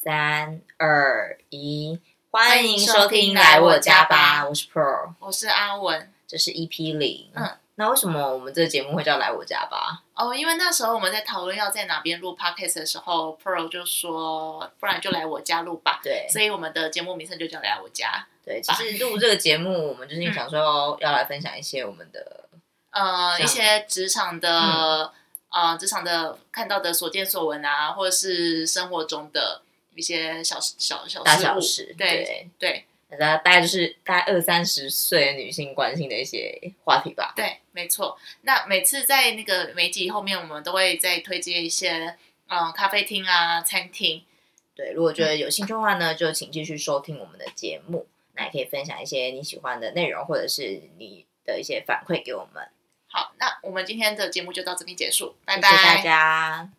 三二一，欢欢迎迎收收听听来来我我家家吧，吧我是 Pro，我是阿文这是 EP 零。嗯，那为什么我们这个节目会叫来我家吧？哦，因为那时候我们在讨论要在哪边录 podcast 的时候，Pro 就说，不然就来我家录吧。对所以我们的节目名称就叫来我家。对，其实录这个节目，我们就是想说要来分享一些我们的这样嗯呃，一些职场的、呃，职场的看到的所见所闻啊，或者是生活中的一些小小小大事小物事，嗯对对，对大家大概就是大概二三十岁的女性关心的一些话题吧。对，没错。那每次在那个每集后面，我们都会再推荐一些嗯、呃咖啡厅啊、餐厅。对，如果觉得有兴趣的话呢，就请继续收听我们的节目。那也可以分享一些你喜欢的内容，或者是你的一些反馈给我们。好，那我们今天的节目就到这边结束，拜谢拜，谢大家。